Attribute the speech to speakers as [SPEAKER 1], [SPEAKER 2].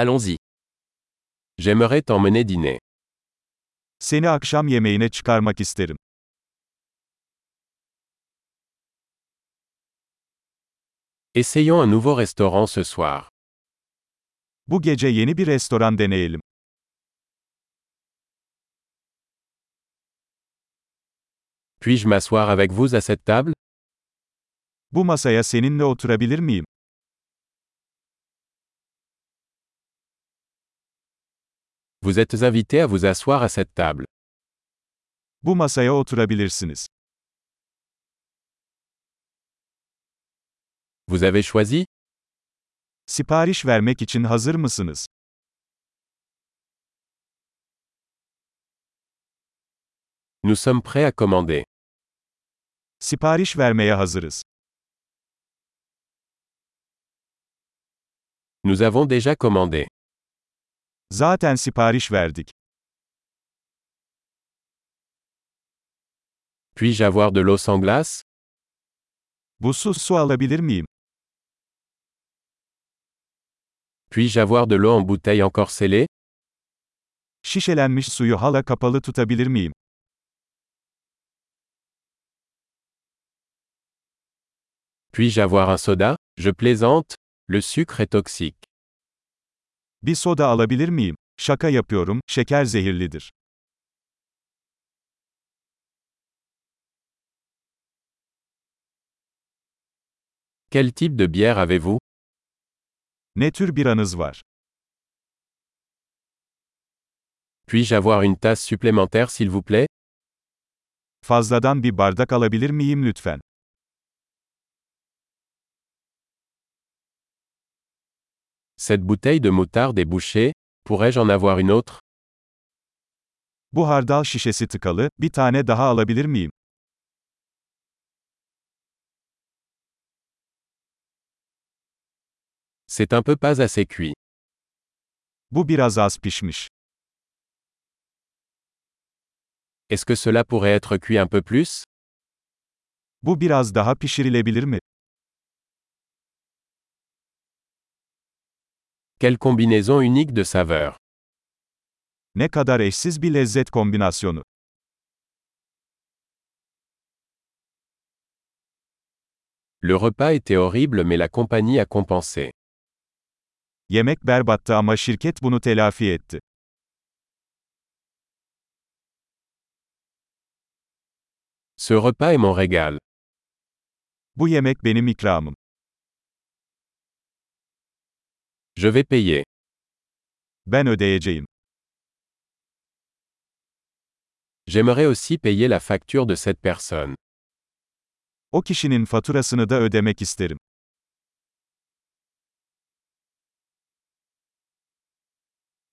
[SPEAKER 1] Allons-y. J'aimerais t'emmener dîner.
[SPEAKER 2] Seni akşam yemeğine çıkarmak isterim.
[SPEAKER 1] Essayons un nouveau restaurant ce soir.
[SPEAKER 2] Bu gece yeni bir restoran deneyelim.
[SPEAKER 1] Puis-je m'asseoir avec vous à cette table
[SPEAKER 2] Bu masaya seninle oturabilir miyim?
[SPEAKER 1] Vous êtes invité à vous asseoir à cette table.
[SPEAKER 2] Bu masaya oturabilirsiniz.
[SPEAKER 1] Vous avez choisi
[SPEAKER 2] Sipariş vermek için hazır mısınız?
[SPEAKER 1] Nous sommes prêts à commander.
[SPEAKER 2] Sipariş vermeye hazırız.
[SPEAKER 1] Nous avons déjà commandé.
[SPEAKER 2] Zaten sipariş verdik.
[SPEAKER 1] Puis-je avoir de l'eau sans glace
[SPEAKER 2] Buzsuz su alabilir miyim?
[SPEAKER 1] Puis-je avoir de l'eau en bouteille encore scellée
[SPEAKER 2] Şişelenmiş suyu hala kapalı tutabilir miyim?
[SPEAKER 1] Puis-je avoir un soda Je plaisante. Le sucre est toxique.
[SPEAKER 2] Bir soda alabilir miyim? Şaka yapıyorum, şeker zehirlidir.
[SPEAKER 1] Quel type de bière avez-vous
[SPEAKER 2] Ne tür bir anız var?
[SPEAKER 1] Puis-je avoir une tasse supplémentaire s'il vous plaît
[SPEAKER 2] Fazladan bir bardak alabilir miyim lütfen?
[SPEAKER 1] Cette bouteille de moutarde est bouchée. Pourrais-je en avoir une autre
[SPEAKER 2] Bu hardal şişesi tıkalı, bir tane daha alabilir miyim?
[SPEAKER 1] C'est un peu pas assez cuit.
[SPEAKER 2] Bu biraz az pişmiş.
[SPEAKER 1] Est-ce que cela pourrait être cuit un peu plus
[SPEAKER 2] Bu biraz daha pişirilebilir mi?
[SPEAKER 1] Quelle combinaison unique de saveurs.
[SPEAKER 2] Ne kadar eşsiz bir lezzet kombinasyonu.
[SPEAKER 1] Le repas était horrible mais la compagnie a compensé.
[SPEAKER 2] Yemek berbattı ama şirket bunu telafi etti.
[SPEAKER 1] Ce repas est mon régal.
[SPEAKER 2] Bu yemek benim ikramım.
[SPEAKER 1] Je vais payer.
[SPEAKER 2] Ben ödeyeceğim.
[SPEAKER 1] J'aimerais aussi payer la facture de cette personne.
[SPEAKER 2] O kişinin faturasını da ödemek isterim.